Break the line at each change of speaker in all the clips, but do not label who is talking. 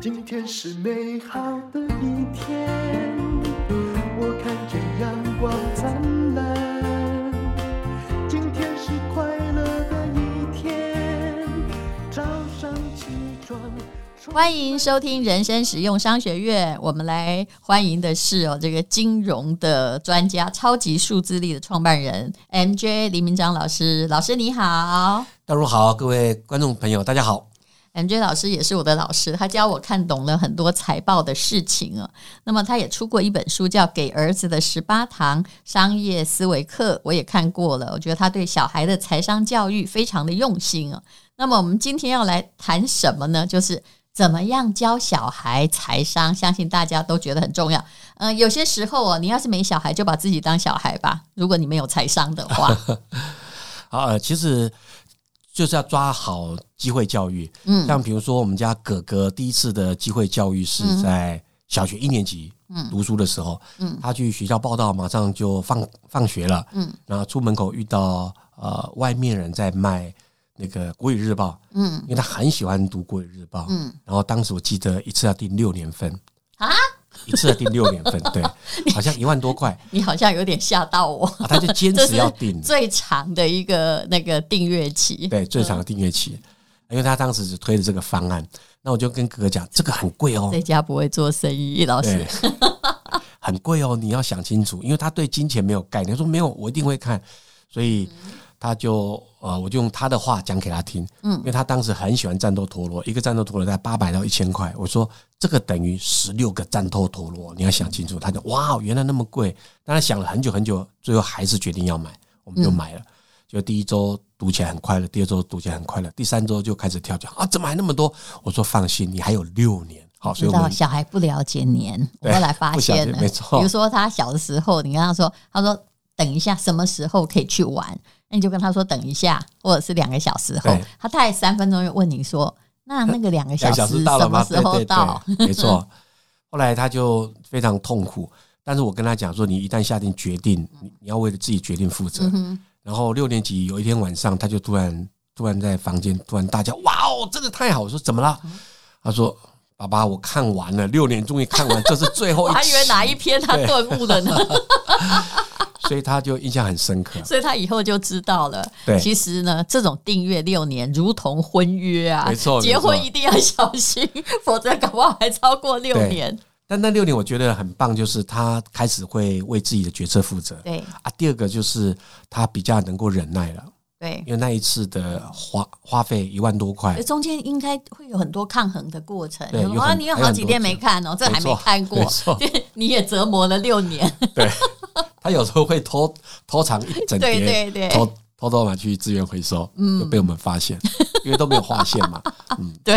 今天是美好的一天，我看见阳光灿烂。今天是快乐的一天，早上起床。
欢迎收听《人生实用商学院》，我们来欢迎的是哦，这个金融的专家、超级数字力的创办人 MJ 黎明章老师。老师你好
大如好，各位观众朋友，大家好。
，MJ 老师也是我的老师，他教我看懂了很多财报的事情啊。那么他也出过一本书叫《给儿子的十八堂商业思维课》，我也看过了，我觉得他对小孩的财商教育非常的用心啊。那么我们今天要来谈什么呢？就是怎么样教小孩财商，相信大家都觉得很重要。呃，有些时候哦，你要是没小孩，就把自己当小孩吧。如果你没有财商的话，
啊，呃其实就是要抓好机会教育。
嗯
像比如说我们家哥哥第一次的机会教育是在小学一年级读书的时候，
嗯
他去学校报道，马上就放放学了，
嗯
然后出门口遇到呃外面人在卖那个国语日报，
嗯
因为他很喜欢读国语日报，
嗯，
然后当时我记得一次要订六年份
啊。
一次要订六年份， 对，好像一万多块，
你好像有点吓到我。
啊他就坚
这
持要
是
订，
最长的一个那个订阅期。
对，最长的订阅期，因为他当时只推了这个方案，那我就跟哥哥讲，这个很贵哦
在，家不会做生意，老
对
师，
很贵哦，你要想清楚，因为他对金钱没有概念，他说没有，我一定会看，所以他就呃，我就用他的话讲给他听，
嗯
因为他当时很喜欢战斗陀螺，一个战斗陀螺在八百到一千块，我说这个等于十六个战斗陀螺，你要想清楚，他就哇，原来那么贵，但他想了很久很久，最后还是决定要买，我们就买了。就第一周读起来很快乐，第二周读起来很快乐，第三周就开始跳脚啊！怎么还那么多？我说放心，你还有六年。好，所以
知
我
道
们
小孩不了解年，我
对
后来发现
不
了，
了解没错
比如说他小的时候，你跟他说，他说等一下什么时候可以去玩，那你就跟他说等一下，或者是两个小时后
对，
他大概三分钟又问你说，那那个两个
两
小
小
时
时到了
什么
吗？
时候到？
对对对， 没错。后来他就非常痛苦，但是我跟他讲说，你一旦下定决定，你你要为了自己决定负责。
嗯哼，
然后六年级有一天晚上，他就突然突然在房间突然大叫：“哇哦，真的太好！”我说：“怎么了？”
嗯
他说：“爸爸，我看完了，六年终于看完，这是最后
我
一
还以为
期
哪一篇他
对
顿悟了呢，
所以他就印象很深 刻。
所以他以后就知道了。
对
其实呢，这种订阅六年如同婚约啊，
没错
结
没
婚
错
一定要小心， 否则搞不好还超过六
对
年。
但那六年我觉得很棒，就是他开始会为自己的决策负责。
对
啊，第二个就是他比较能够忍耐了，
对，
因为那一次的花花费一万多块
而，中间应该会有很多抗衡的过程。
对有
哇，
很
你有好几天没看哦，这还没看过
没，错，没错
你也折磨了六年。
对， 他有时候会偷偷藏一整
对
叠，
对对嗯
偷偷偷拿去资源回收，就被我们 发现，因为都没有划线嘛，
对，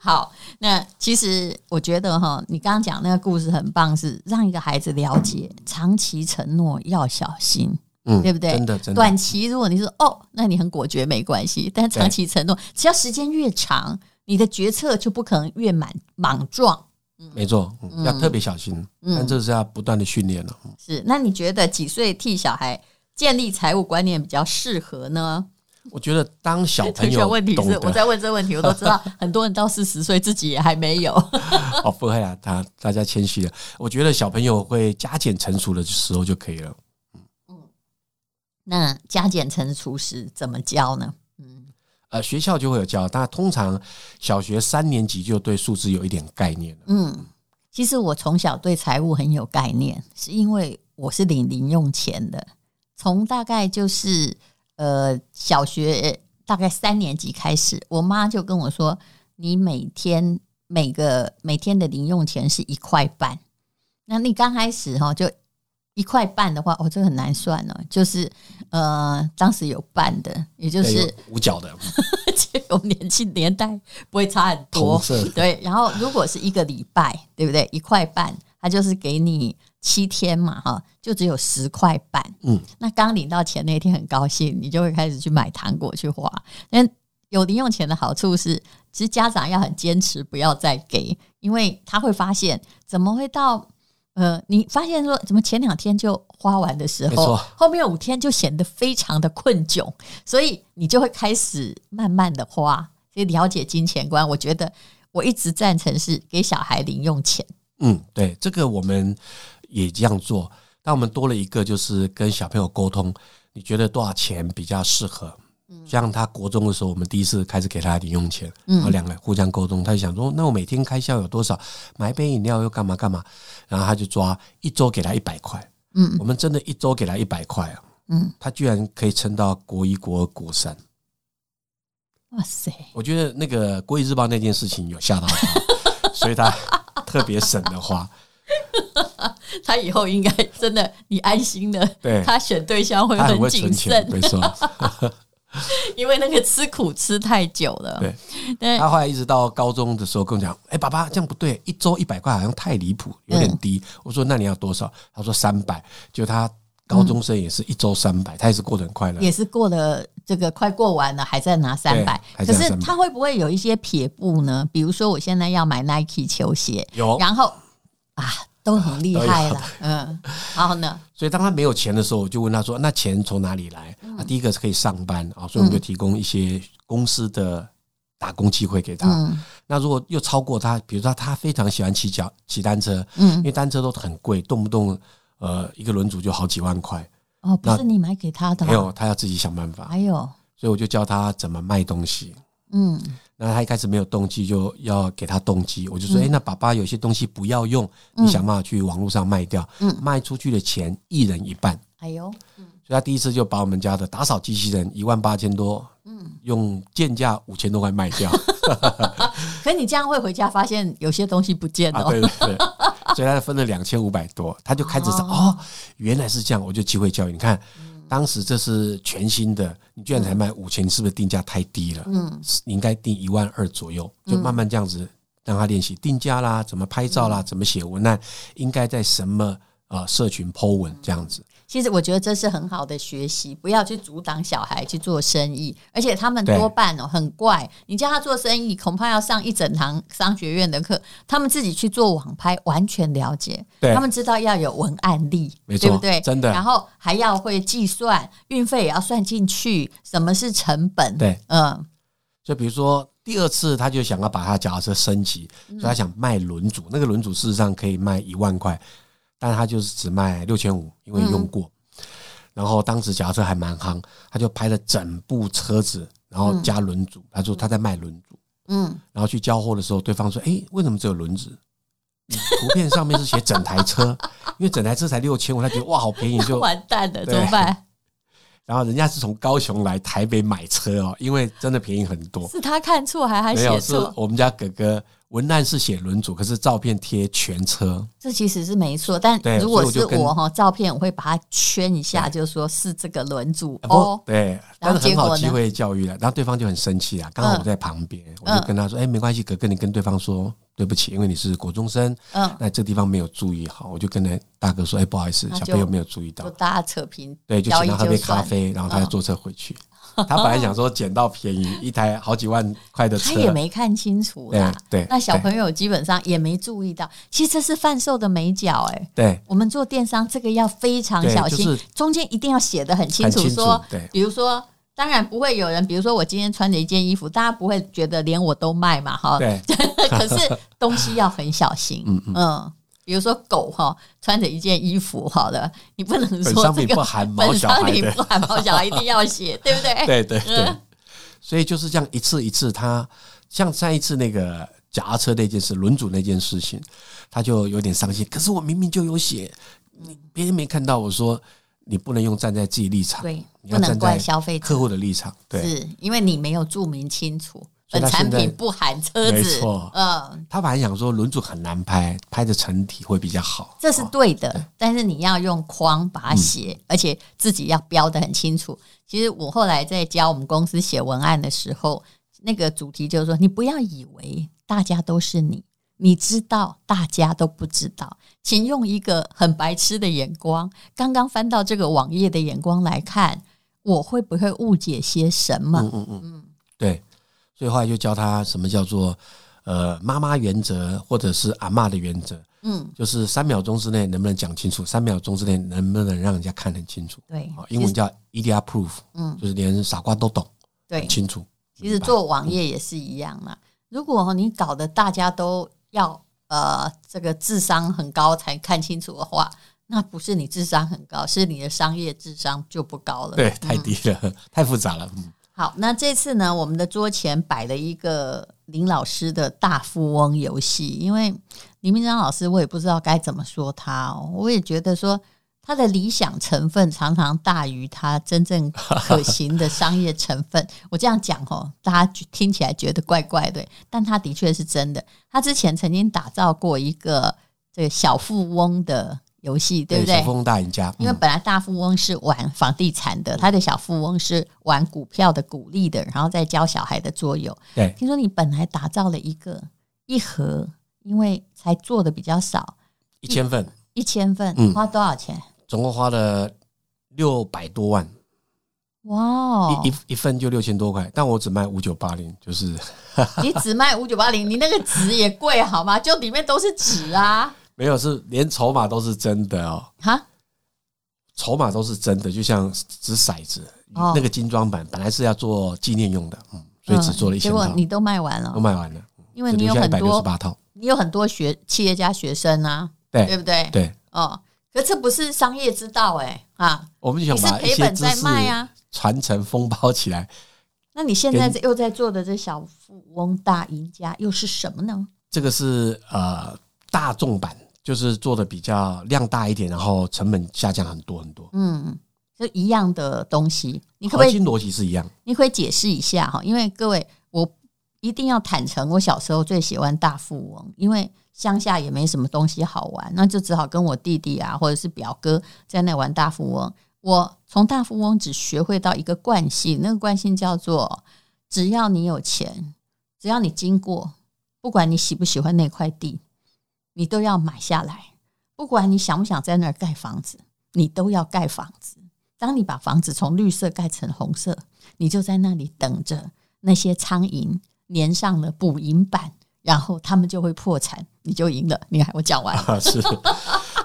好，那其实我觉得哈，你刚刚讲那个故事很棒，是让一个孩子了解长期承诺要小心。
嗯，
对不对
真的真的
短，期如果你说哦，那你很果决没关系，但长期承诺，只要时间越长，你的决策就不可能越莽莽撞。
没错，嗯要特别小心，
嗯
但这是要不断的训练了。啊
是，那你觉得几岁替小孩建立财务观念比较适合呢？
我觉得当小 朋
这
友
个问题
懂
是我
得
在问这个问题，我都知 道很多人到四十岁自己也还没有。
哦，不会啊，他大家谦虚了。我觉得小朋友会加减乘除的时候就可以了。
那加减乘除时怎么教呢？嗯
呃，学校就会有教，但通常小学三年级就对数字有一点概念了。
嗯，其实我从小对财务很有概念，是因为我是领零用钱的，从大概就是呃小学大概三年级开始，我妈就跟我说，你每天每个每天的零用钱是一块半，那你刚开始哈就。一块半的话，哦，这个很难算哦。就是，呃，当时有半的，也就
对
是
有五角的，
这我们年纪年代不会差很多
同色。
对，然后如果是一个礼拜，对不对？一块半，它就是给你七天嘛，哈，就只有十块半。
嗯，
那刚领到钱那天很高兴，你就会开始去买糖果去花。但有零用钱的好处是，其实家长要很坚持，不要再给，因为他会发现怎么会到。呃，你发现说怎么前两天就花完的时
没
候
错，
后面五天就显得非常的困窘，所以你就会开始慢慢的花。所以了解金钱观，我觉得我一直赞成是给小孩零用钱。
嗯，对，这个我们也这样做，但我们多了一个就是跟小朋友沟通，你觉得多少钱比较适合？
嗯
像他国中的时候，我们第一次开始给他零用钱，然后两个互相沟通，他就想说，那我每天开销有多少？买一杯饮料又干嘛干嘛？然后他就抓一周给他一百块，
嗯
我们真的一周给他一百块啊，
嗯，
他居然可以撑到国一、国二、国三。
哇塞，
我觉得那个《国语日报》那件事情有吓 到他，所以他特别省的花。
他以后应该真的，你安心的，
对
他选对象会
他很会
谨
存
慎
钱，，没错。
因为那个吃苦吃太久了。
对
对
他后来一直到高中的时候跟我讲：“哎、爸爸，这样不对，一周一百块好像太离谱，有点低。
嗯
我说：“那你要多少？”他说：“三百。”就他高中生也是一周三百，他也是过得很快乐。
也是过了这个快过完了，还在拿三百。
还
可
在拿
是
300
他会不会有一些撇步呢？比如说，我现在要买 Nike 球鞋，
有
然后啊，都很厉害
都
了，嗯，然后呢，
所以当他没有钱的时候，我就问他说：“那钱从哪里来？”
嗯
啊，第一个是可以上班啊，所以我们就提供一些公司的打工机会给他。
嗯
那如果又超过他，比如说他非常喜欢骑脚骑单车，因
嗯，
为单车都很贵，动不动呃一个轮组就好几万块，
哦，不
那
是你买给他的哦，哎
没有他要自己想办法，
还有，
所以我就教他怎么卖东西。
嗯
那他一开始没有动机，就要给他动机。我就说，哎、那爸爸有些东西不要用，
嗯
你想办法去网络上卖掉，
嗯
卖出去的钱一人一半。
还有，
所以他第一次就把我们家的打扫机器人一万八千多，嗯，用贱价五千多块卖 掉
可你这样会回家发现有些东西不见了
啊，
哦，
对对对， 所以他分了两千五百多，他就开始想，
哦
哦，原来是这样，我就机会教育。你看，当时这是全新的，你居然才卖五千，你是不是定价太低了？
嗯
你应该定一万二左右，就慢慢这样子让他练习定价啦，怎么拍照
嗯
啦，怎么写文案，应该在什么呃社群 Po 文这样子。
其实我觉得这是很好的学习，不要去阻挡小孩去做生意，而且他们
对
多半哦很怪，你叫他做生意，恐怕要上一整堂商学院的课，他们自己去做网拍，完全了解，
对
他们知道要有文案力，
没
对不
错
对？
真的
然后还要会计算，运费也要算进去，什么是成本？
对，
嗯，
就比如说第二次，他就想要把他脚踏车升级，所以他想卖轮组，那个轮组事实上可以卖一万块，但他就是只卖六千五，因为用过。然后当时脚踏车还蛮夯，他就拍了整部车子，然后加轮组，他说他在卖轮组。
嗯，
然后去交货的时候，对方说：“哎，为什么只有轮子？你图片上面是写整台车，因为整台车才六千五，他觉得哇好便宜就。
完蛋了，
对
怎么 办？
然后人家是从高雄来台北买车哦，因为真的便宜很多。
是他看错还还
没有，
写
是
错？
我们家哥哥文案是写轮组，可是照片贴全车。
这其实是没错，但
对
如果
所以
是
我就跟
我哈，照片我会把它圈一下，就说是这个轮组
啊不
哦。
对，
然
但
后
是
结
很
果呢
好机会教育了，然后对方就很生气啊。刚好
嗯
我在旁边，我就跟他说：“哎、没关系，哥哥，你跟对方说对不起，因为你是国中生，
嗯，
那这地方没有注意好。”我就跟那大哥说：“哎、不好意思，
那
小
就
朋友没有注意到
就。”大家扯平，
对，就
交
请
易
他喝杯
算嗯
咖，啡，然后他坐车回去。他本来想说捡到便宜，一台好几万块的
他
车，
也没看清楚啦。
对对
那小朋友基本上也没注意到，其实这是贩售的美角哎、
对
我们做电商这个要非常
对
小心，
就是
中间一定要写的很清楚
很清楚
说
对
比如说。当然不会有人，比如说我今天穿着一件衣服，大家不会觉得连我都卖嘛，哈。
对
可是东西要很小心，嗯比如说狗哈，穿着一件衣服，好了，你不能
本
说
商
这
品
个
不含毛
本
小
商
孩
品
的
不，含毛小孩，一定要 写，对不对？
对对对
嗯，
所以就是这样一次一次他，像上一次那个脚踏车那件事，轮组那件事情，他就有点伤心。可是我明明就有写，你别人没看到，我说你不能用站在自己立场，
对
你
不
要
能
站
怪
在
消费者
客户的立场，对，
是因为你没有注明清楚，
所
本
以他
产
现在
品不含车子，
没错
嗯，
他本来想说轮组很难拍，拍的成体会比较好，
这是
哦嗯
对的，但是你要用框把它写，而且自己要标的很清楚。其实我后来在教我们公司写文案的时候，那个主题就是说，你不要以为大家都是你。你知道，大家都不知道，请用一个很白痴的眼光，刚刚翻到这个网页的眼光来看，我会不会误解些什么？
嗯嗯嗯，对，所以后来就教他什么叫做呃妈妈原则，或者是阿嬷的原则，
嗯，
就是三秒钟之内能不能讲清楚，三秒钟之内能不能让人家看很清楚。
对
啊，，英文叫 EDR proof，
嗯
就是连傻瓜都懂，
对
很，清楚。
其实
明白
做网页也是一样啦。如果你搞得大家都要呃这个智商很高才看清楚的话，那不是你智商很高，是你的商业智商就不高了。
对，太低了，太复杂了。嗯，
好，那这次呢，我们的桌前摆了一个林老师的大富翁游戏，因为林明章老师，我也不知道该怎么说他、哦，我也觉得说他的理想成分常常大于他真正可行的商业成分。我这样讲哦，大家听起来觉得怪怪的，但他的确是真的。他之前曾经打造过一个这个小富翁的游戏，对不对？
小富翁大赢家，
因为
嗯
本来大富翁是玩房地产的，他的小富翁是玩股票的股利的，然后再教小孩的桌游。
对
听说你本来打造了一个一盒，因为才做的比较少，
一千份，
一千份，
嗯
花多少钱？
总共花了六百多万，
哇哦
一！一一份就六千多块，但我只卖五九八零，就是
你只卖五九八零，你那个纸也贵好吗？就里面都是纸啊！
没有是连筹码都是真的哦，
哈，
筹码都是真的，就像掷骰子，
哦
那个精装版本来是要做纪念用的，嗯，所以只做了一
嗯结
千
果
套，
你都卖完了
都，卖完了，
因为
只
你有
留下
很
一百六十
多，
八套，
你有很多学企业家学生啊，对
对
不对？
对，
哦，可这不是商业之道哎、啊！
我们就
你
想
是
把一
赔
些
本
知
在
识
卖啊。
传承封包起来，
那你现在这又在做的这小富翁大赢家又是什么呢？
这个是呃大众版，就是做的比较量大一点，然后成本下降很多很多，
嗯，就一样的东西，你可不
核
可以
心逻辑是一样，
你可不可以解释一下哈？因为各位，我一定要坦诚，我小时候最喜欢大富翁，因为乡下也没什么东西好玩，那就只好跟我弟弟啊，或者是表哥在那玩大富翁。我从大富翁只学会到一个惯性，那个惯性叫做：只要你有钱，只要你经过，不管你喜不喜欢那块地，你都要买下来；不管你想不想在那儿盖房子，你都要盖房子。当你把房子从绿色盖成红色，你就在那里等着那些苍蝇粘上了捕蝇板，然后他们就会破产，你就赢了。你看我讲完了，
啊，是，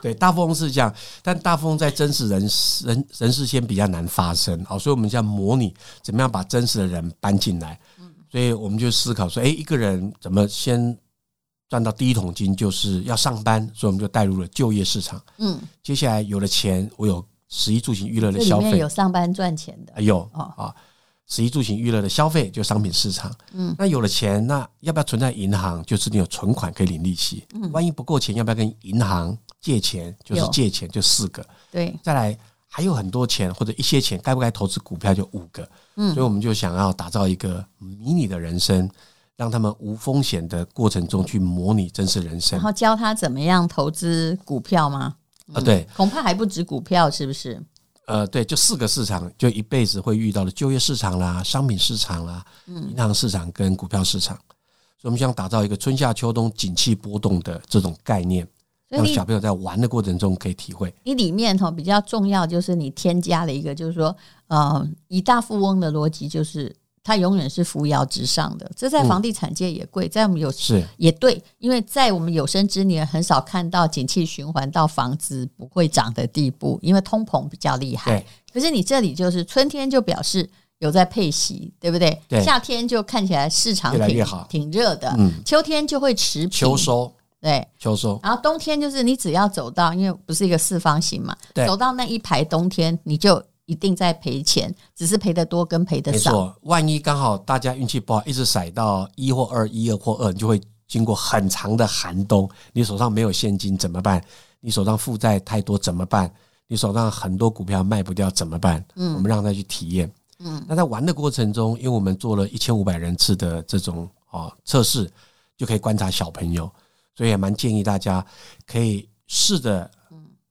对，大富翁是这样，但大富翁在真实人人人世间比较难发生，好，所以我们现在模拟怎么样把真实的人搬进来，
嗯
所以我们就思考说，哎、一个人怎么先赚到第一桶金，就是要上班，所以我们就带入了就业市场。
嗯，
接下来有了钱，我有食衣住行娱乐
这
的
里
消
面
费
有，上班赚钱的
啊，有
哦
啊，食衣住行娱乐的消费就商品市场。
嗯
嗯，那有了钱，那要不要存在银行？就是你有存款可以领利息。万一不够钱，要不要跟银行借钱？就
嗯
是
有
借钱就四个。
对，
再来还有很多钱或者一些钱，该不该投资股票就五个。
嗯
嗯，所以我们就想要打造一个迷你的人生，让他们无风险的过程中去模拟真实人生
然。后教他怎么样投资股票吗？
啊，对，
恐怕还不止股票，是不是？
呃，对，就四个市场，就一辈子会遇到的就业市场啦、商品市场啦、
嗯
银行市场跟股票市场。所以我们想打造一个春夏秋冬景气波动的这种概念，
所以
让
你
小朋友在玩的过程中可以体会。
你里面哈比较重要就是你添加了一个，就是说，呃，以大富翁的逻辑就是。它永远是扶摇直上的，这在
嗯
房地产界也贵，在我们有
是
也对，因为在我们有生之年很少看到景气循环到房子不会涨的地步，因为通膨比较厉害
对。
可是你这里就是春天就表示有在配息，对不对？
对
夏天就看起来市场
越
挺
来越好
挺热的，
嗯
秋天就会持平，
秋收，
对。
秋收，
然后冬天就是你只要走到，因为不是一个四方形嘛，
对
走到那一排冬天，你就一定在赔钱，只是赔的多跟赔的
没
少。
错。万一刚好大家运气不好，一直甩到一或二、一二或二，你就会经过很长的寒冬。你手上没有现金怎么办？你手上负债太多怎么办？你手上很多股票卖不掉怎么办？
嗯
我们让他去体验。
嗯，
那在玩的过程中，因为我们做了一千五百人次的这种哦测试，就可以观察小朋友，所以也蛮建议大家可以试着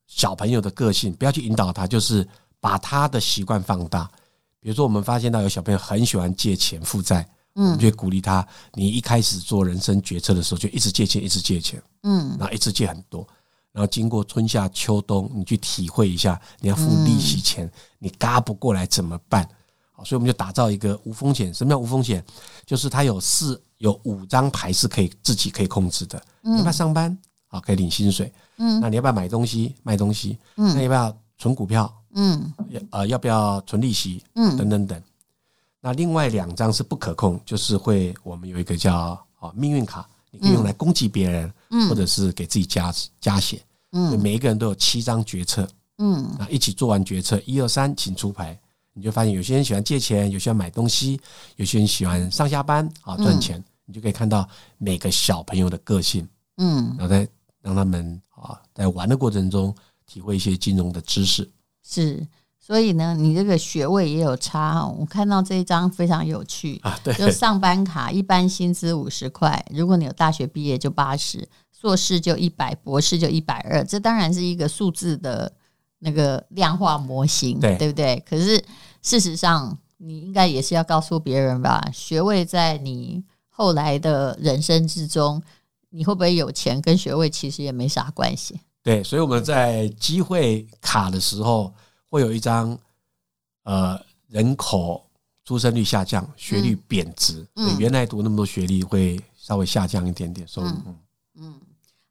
小朋友的个性，不要去引导他，就是把他的习惯放大。比如说，我们发现到有小朋友很喜欢借钱负债，我
嗯
们就会鼓励他，你一开始做人生决策的时候就一直借钱，一直借钱，
嗯，
然后一次借很多，然后经过春夏秋冬，你去体会一下，你要付利息
嗯
钱，你嘎不过来怎么办？好，所以我们就打造一个无风险。什么叫无风险？就是它有四有五张牌是可以自己可以控制的。你要不要上班？好，可以领薪水。
嗯，
那你要不要买东西卖东西？
嗯
那要不要存股票？
嗯
要呃，要不要存利息？
嗯
等等等。那另外两张是不可控，就是会我们有一个叫啊、啊，命运卡你可以用来攻击别人，
嗯
或者是给自己加加血。所以
嗯
每一个人都有七张决策，
嗯
啊，一起做完决策，一二三，请出牌。你就发现有些人喜欢借钱，有些人买东西，有些人喜欢上下班啊赚钱，你就可以看到每个小朋友的个性，
嗯，
然后再让他们啊在玩的过程中体会一些金融的知识。
是。所以呢，你这个学位也有差哦。我看到这一张非常有趣
啊对
就上班卡，一般薪资五十块，如果你有大学毕业就八十，硕士就一百，博士就一百二。这当然是一个数字的那个量化模型，
对
不对？可是事实上，你应该也是要告诉别人吧，学位在你后来的人生之中，你会不会有钱跟学位其实也没啥关系。
对，所以我们在机会卡的时候，会有一张呃人口出生率下降、学历贬值，
嗯
对原来读那么多学历会稍微下降一点点收入。
嗯
嗯
嗯，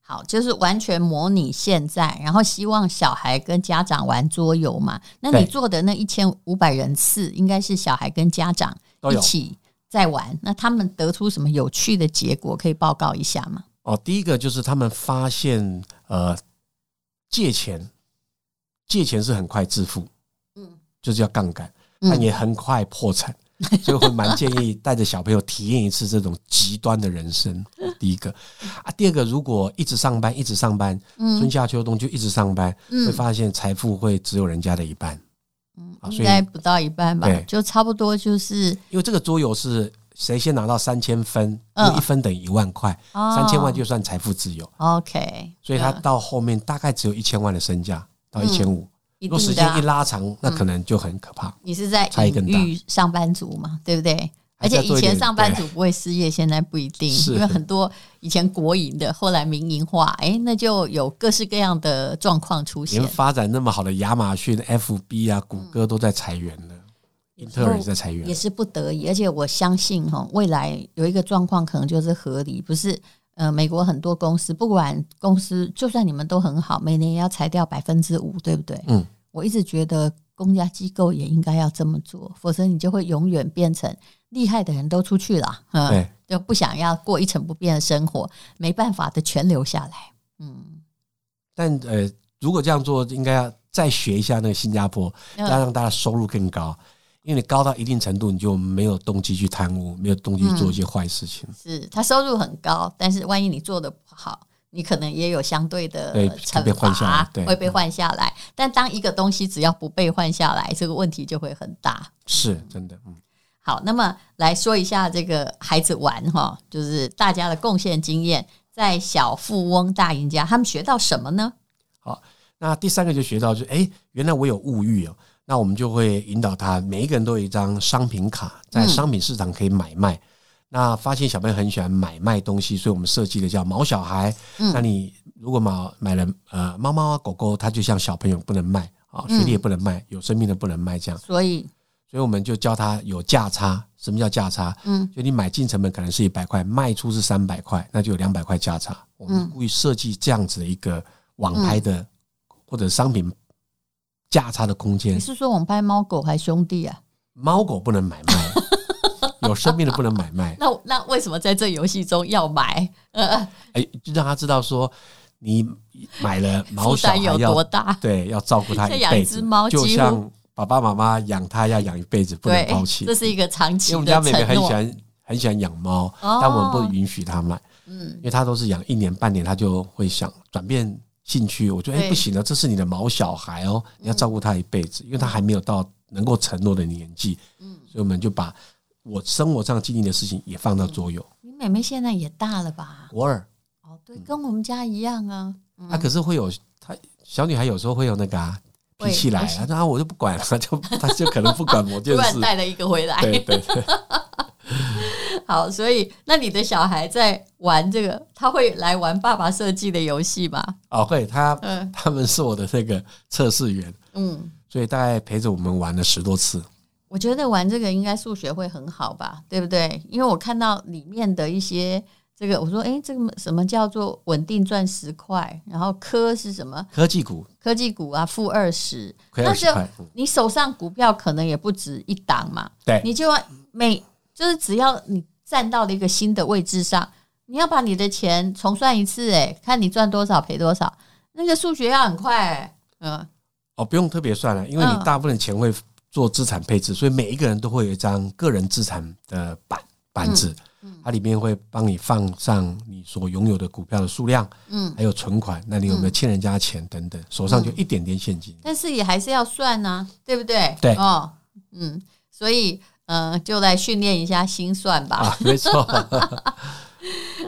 好，就是完全模拟现在，然后希望小孩跟家长玩桌游嘛。那你
对
做的那一千五百人次，应该是小孩跟家长
都
一
有
起在玩。那他们得出什么有趣的结果，可以报告一下吗？
哦，第一个就是他们发现，呃，借钱，借钱是很快致富，
嗯
就是要杠杆，
嗯
但也很快破产，所以会蛮建 议带着小朋友体验一次这种极端的人生。第一个啊，第二个，如果一直上班，一直上班，春
嗯
夏秋冬就一直上班，会
嗯
发现财富会只有人家的一半，
嗯
啊所以
应该不到一半吧
对，
就差不多就是
因为这个桌游是谁先拿到三千分，
嗯
因为一分等于一万块，
哦
三千万就算财富自由，
OK，
所以他
嗯
到后面大概只有一千万的身价到一千五。
一
如果时
定的嗯
间
啊
一。拉长，那可能就很可怕。
你是在
差异更
隐
大
喻上班族嘛，对不对？而
还
且
是要
以
做一点
前上班族不会失业，现在不一定，
是
因为很多以前国营的，后来民营化，哎，那就有各式各样的状况出
你
现
们。发展那么好的亚马逊、FB 啊、谷歌都在裁员了，英特尔也在裁
嗯也
员。
是不得已，而且我相信哈、未来有一个状况可能就是合理，不是？呃，美国很多公司，不管公司，就算你们都很好，每年也要裁掉百分之五，对不对？
嗯，
我一直觉得公家机构也应该要这么做，否则你就会永远变成厉害的人都出去了，嗯，
对，
就不想要过一成不变的生活，没办法的全留下来，嗯，
但呃，如果这样做，应该要再学一下那个新加坡，
嗯
要让大家收入更高。因为你高到一定程度，你就没有动机去贪污，没有动机去做一些坏事情。
是他收入很高，但是万一你做的不好，你可能也有相对的
对
惩罚，
会被换下来对嗯
会被换下来。但当一个东西只要不被换下来，这个问题就会很大。
是真的，嗯，
好，那么来说一下这个孩子玩哈，就是大家的贡献经验，在小富翁大赢家，他们学到什么呢？
好。那第三个就学到，就是哎、诶原来我有物欲哦。那我们就会引导他，每一个人都有一张商品卡，在
嗯
商品市场可以买卖。那发现小朋友很喜欢买卖东西，所以我们设计的叫毛小孩。
嗯
那你如果买买了呃猫猫啊狗狗，它就像小朋友不能卖啊，
嗯
学历也不能卖，有生命的不能卖这样。
所以，
所以我们就教他有价差。什么叫价差？
嗯
就你买进成本可能是一百块，卖出是三百块，那就有两百块价
嗯
差。我们故意设计这样子的一个网拍的、或者商品价差的空
你
间。
是说我们拍猫狗还兄弟啊？
猫狗不能买 卖，有生命的不能买卖。
那那为什么在这游戏中要买？呃，
哎、就让他知道说你买了毛
负
小孩
担有
要
多大？
对要照顾他
像
一
养一
辈
只
子
猫，
就
几乎
像爸爸妈妈养它要养一辈子，不能
对
抛，弃。
这是一个长期
因为我们
的
家妹
承
妹很喜
诺。
欢很喜欢养猫，
哦
但我们不允许她买，
嗯
因为她都是养一年半年，她就会想转变兴趣。我觉得哎、
对嗯
不行了，这是你的毛小孩哦，你要照顾他一辈子，因为他还没有到能够承诺的年纪。
嗯
所以我们就把我生活上经历的事情也放到桌游。
你妹妹现在也大了吧？
偶尔，
哦，对，跟我们家一样啊。嗯
她可是会有她小女孩有时候会有那个、啊、
会
脾气来
而，且
她说啊我就不管了， 她就她就可能不管某
突
件
然
事。
带了一个回来，
对对对，
好，所以那你的小孩在玩这个，他会来玩爸爸设计的游戏吗？
哦会，她
嗯
他们是我的那个测试员，
嗯，
所以大概陪着我们玩了十多次。
我觉得玩这个应该数学会很好吧，对不对？因为我看到里面的一些这个，我说诶，这个什么叫做稳定赚十块，然后科是什么？
科技股
科技股啊，负二十，
亏二十块，嗯
你手上股票可能也不止一档嘛，
对
你就要每就是只要你站到了一个新的位置上，你要把你的钱重算一次，哎，看你赚多少赔多少，那个数学要很快、哎嗯，
哦，不用特别算了，因为
嗯
你大部分钱会做资产配置，所以每一个人都会有一张个人资产的板板子，
嗯
它里面会帮你放上你所拥有的股票的数量，
嗯，
还有存款，那你有没有欠人家钱等等，手上就一点点现金。
但是也还是要算呐、对不对？
对
哦，嗯，所以呃，就来训练一下心算吧。
啊，没错，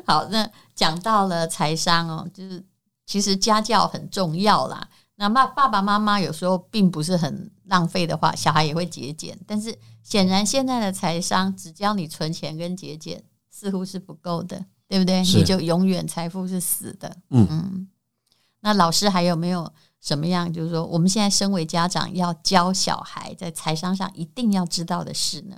好，那讲到了财商哦，就是其实家教很重要啦。那爸爸爸妈妈有时候并不是很浪费的话，小孩也会节俭。但是显然现在的财商只教你存钱跟节俭，似乎是不够的，对不对？
是
你就永远财富是死的。
嗯
那老师还有没有什么样，就是说我们现在身为家长要教小孩在财商上一定要知道的事呢？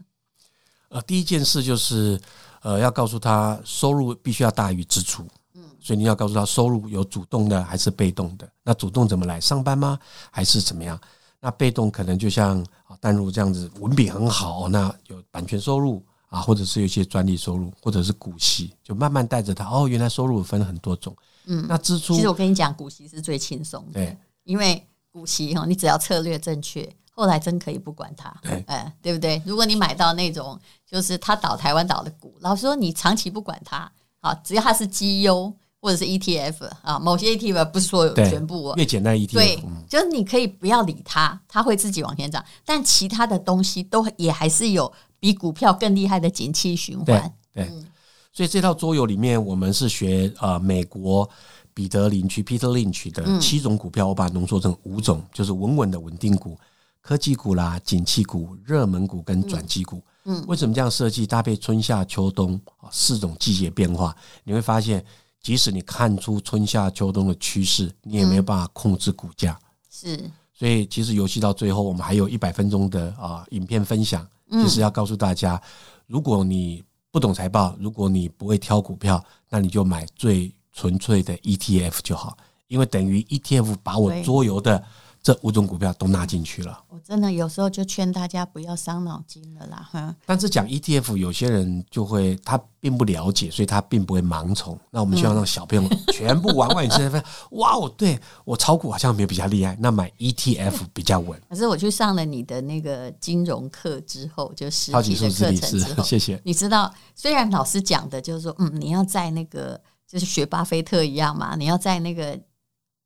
呃，第一件事就是，呃，要告诉他收入必须要大于支出。嗯，所以你要告诉他收入有主动的还是被动的。那主动怎么来？上班吗？还是怎么样？那被动可能就像啊，淡如这样子，文笔很好、那有版权收入啊，或者是有一些专利收入，或者是股息，就慢慢带着他哦，原来收入有分很多种。嗯，那支出
其实我跟你讲，股息是最轻松的
对，
因为股息哈，你只要策略正确，后来真可以不管它，
对
哎，对不对？如果你买到那种就是它倒台湾倒的股，老实说你长期不管它，啊，只要它是绩优或者是 ETF 啊，某些 ETF 不是所有
对
全部哦，
越简单 ETF，
对
嗯，
就是你可以不要理它，它会自己往前涨。但其他的东西都也还是有比股票更厉害的景气循
对
环。嗯
对，所以这套桌游里面，我们是学呃美国彼得林区 Peter Lynch
嗯
的七种股票，我把它浓缩成五种，就是稳稳的稳定股、科技股啦、景气股、热门股跟转机股。嗯，为什么这样设计？搭配春夏秋冬啊四种季节变化，你会发现，即使你看出春夏秋冬的趋势，你也没
嗯
有办法控制股价。
是，
所以其实游戏到最后，我们还有一百分钟的啊、影片分享，
嗯
就是要告诉大家，如果你不懂财报，如果你不会挑股票，那你就买最纯粹的 ETF 就好，因为等于 ETF 把我
对
桌游的这五种股票都纳进去了。
我真的有时候就劝大家不要伤脑筋了啦。哈，
但是讲 ETF，有些人就会他并不了解，所以他并不会盲从。那我们希望让小朋
嗯
友全部玩完以后，发现哇哦，对我炒股好像没有比较厉害，那买 ETF 比较 稳。
可是我去上了你的那个金融课之后，就实
超级
体
数
的课
字理
程
事
之，后，
谢谢。
你知道，虽然老师讲的就是说，嗯，你要在那个就是学巴菲特一样嘛，你要在那个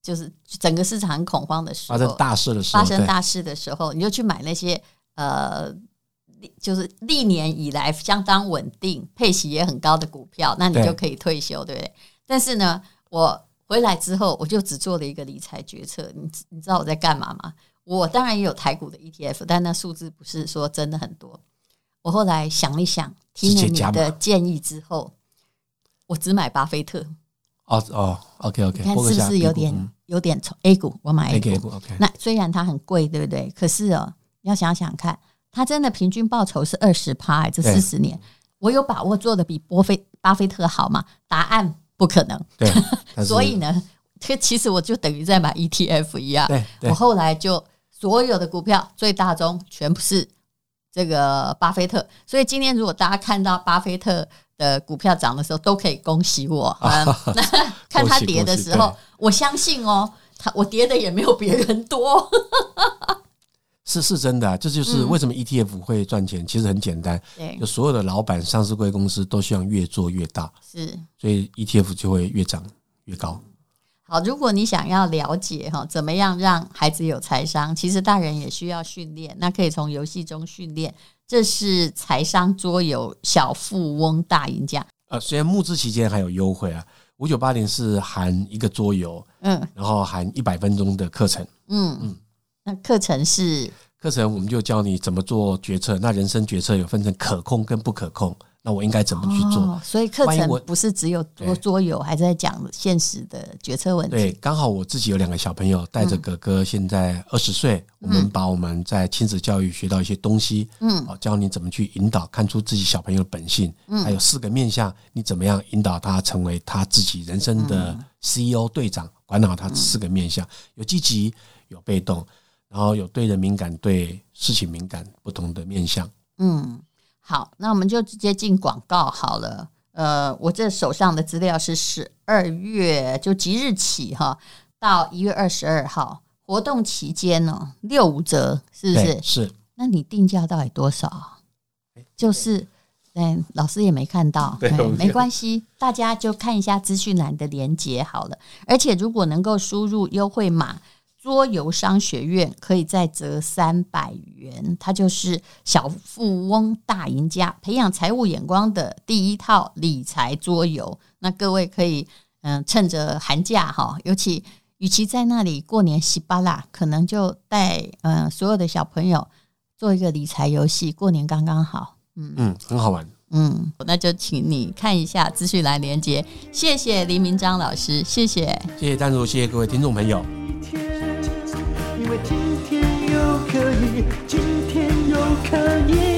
就是整个市场很恐慌的时
发
候，
生啊大事的时候，
发生
对
大事的时候，你就去买那些呃，历就是历年以来相当稳定、配息也很高的股票，那你
对
就可以退休，对不对？但是呢，我回来之后，我就只做了一个理财决策。你知你知道我在干嘛吗？我当然也有台股的 ETF，但那数字不是说真的很多。我后来想一想，听
直
了
接
你
加码
的建议之后，我只买巴菲特。
哦哦，OK
你
OK，
看是不是有点有点从 A 股？我买 A
A
股，
股嗯 OK？
那虽然它很贵，对不对？可是哦，你要想想看，它真的平均报酬是二十趴，哎这
对
四十年，我有把握做的比波菲巴菲特好吗？答案不可能。
对，但是
所以呢，这其实我就等于在买 ETF 一样。
对对
我后来就所有的股票最大宗全部是这个巴菲特，所以今天如果大家看到巴菲特的股票涨的时候，都可以恭喜 我。嗯，那看他跌的时
恭喜
候
对，
我相信哦，他我跌的也没有别人多。
是是真的啊，这就是为什么 ETF 会赚钱，其实很简单，
嗯对
就，所有的老板、上市贵公司都希望越做越大，
是
所以 ETF 就会越涨越高。
好。如果你想要了解哈，怎么样让孩子有财商，其实大人也需要训练，那可以从游戏中训练。这是财商桌游小富翁大赢家。
呃，虽然募资期间还有优惠啊，五九八零是含一个桌游，
嗯
然后含一百分钟的课程。
嗯，那课程是
课程我们就教你怎么做决策，那人生决策有分成可控跟不可控，那我应该怎么去做？
哦，所以课
万一
程
我
不是只有桌
对
桌游，还在讲现实的决策问
对
题。，
刚好我自己有两个小朋友，
嗯
带着哥哥，现在二十岁，我们把我们在亲子教育学到一些东西，
嗯
哦，教你怎么去引导，看出自己小朋友的本性，还有四个面向，你怎么样引导他成为他自己人生的
嗯
CEO 队长，管好他四个面向，有积极，有被动，然后有对人敏感，对事情敏感，不同的面向。
嗯，好，那我们就直接进广告好了。呃，我这手上的资料是十二月就即日起哈，到一月二十二号活动期间呢，六五折，是不
对
是，？
是
那你定价到底多少啊？就是，哎，老师也没看到，
对
哎
我们
没关系，大家就看一下资讯栏的连接好了。而且如果能够输入优惠码“桌游商学院”，可以再折三百元，它就是小富翁大赢家，培养财务眼光的第一套理财桌游。那各位可以，嗯、趁着寒假哈，尤其。与其在那里过年稀巴啦，可能就带嗯、呃所有的小朋友做一个理财游戏，过年刚刚好。
嗯，很好玩。
嗯，那就请你看一下资讯栏连接。谢谢黎明章老师，谢谢。
谢谢丹如，谢谢各位听众朋友。
天，因为今天又可以，今天又可以。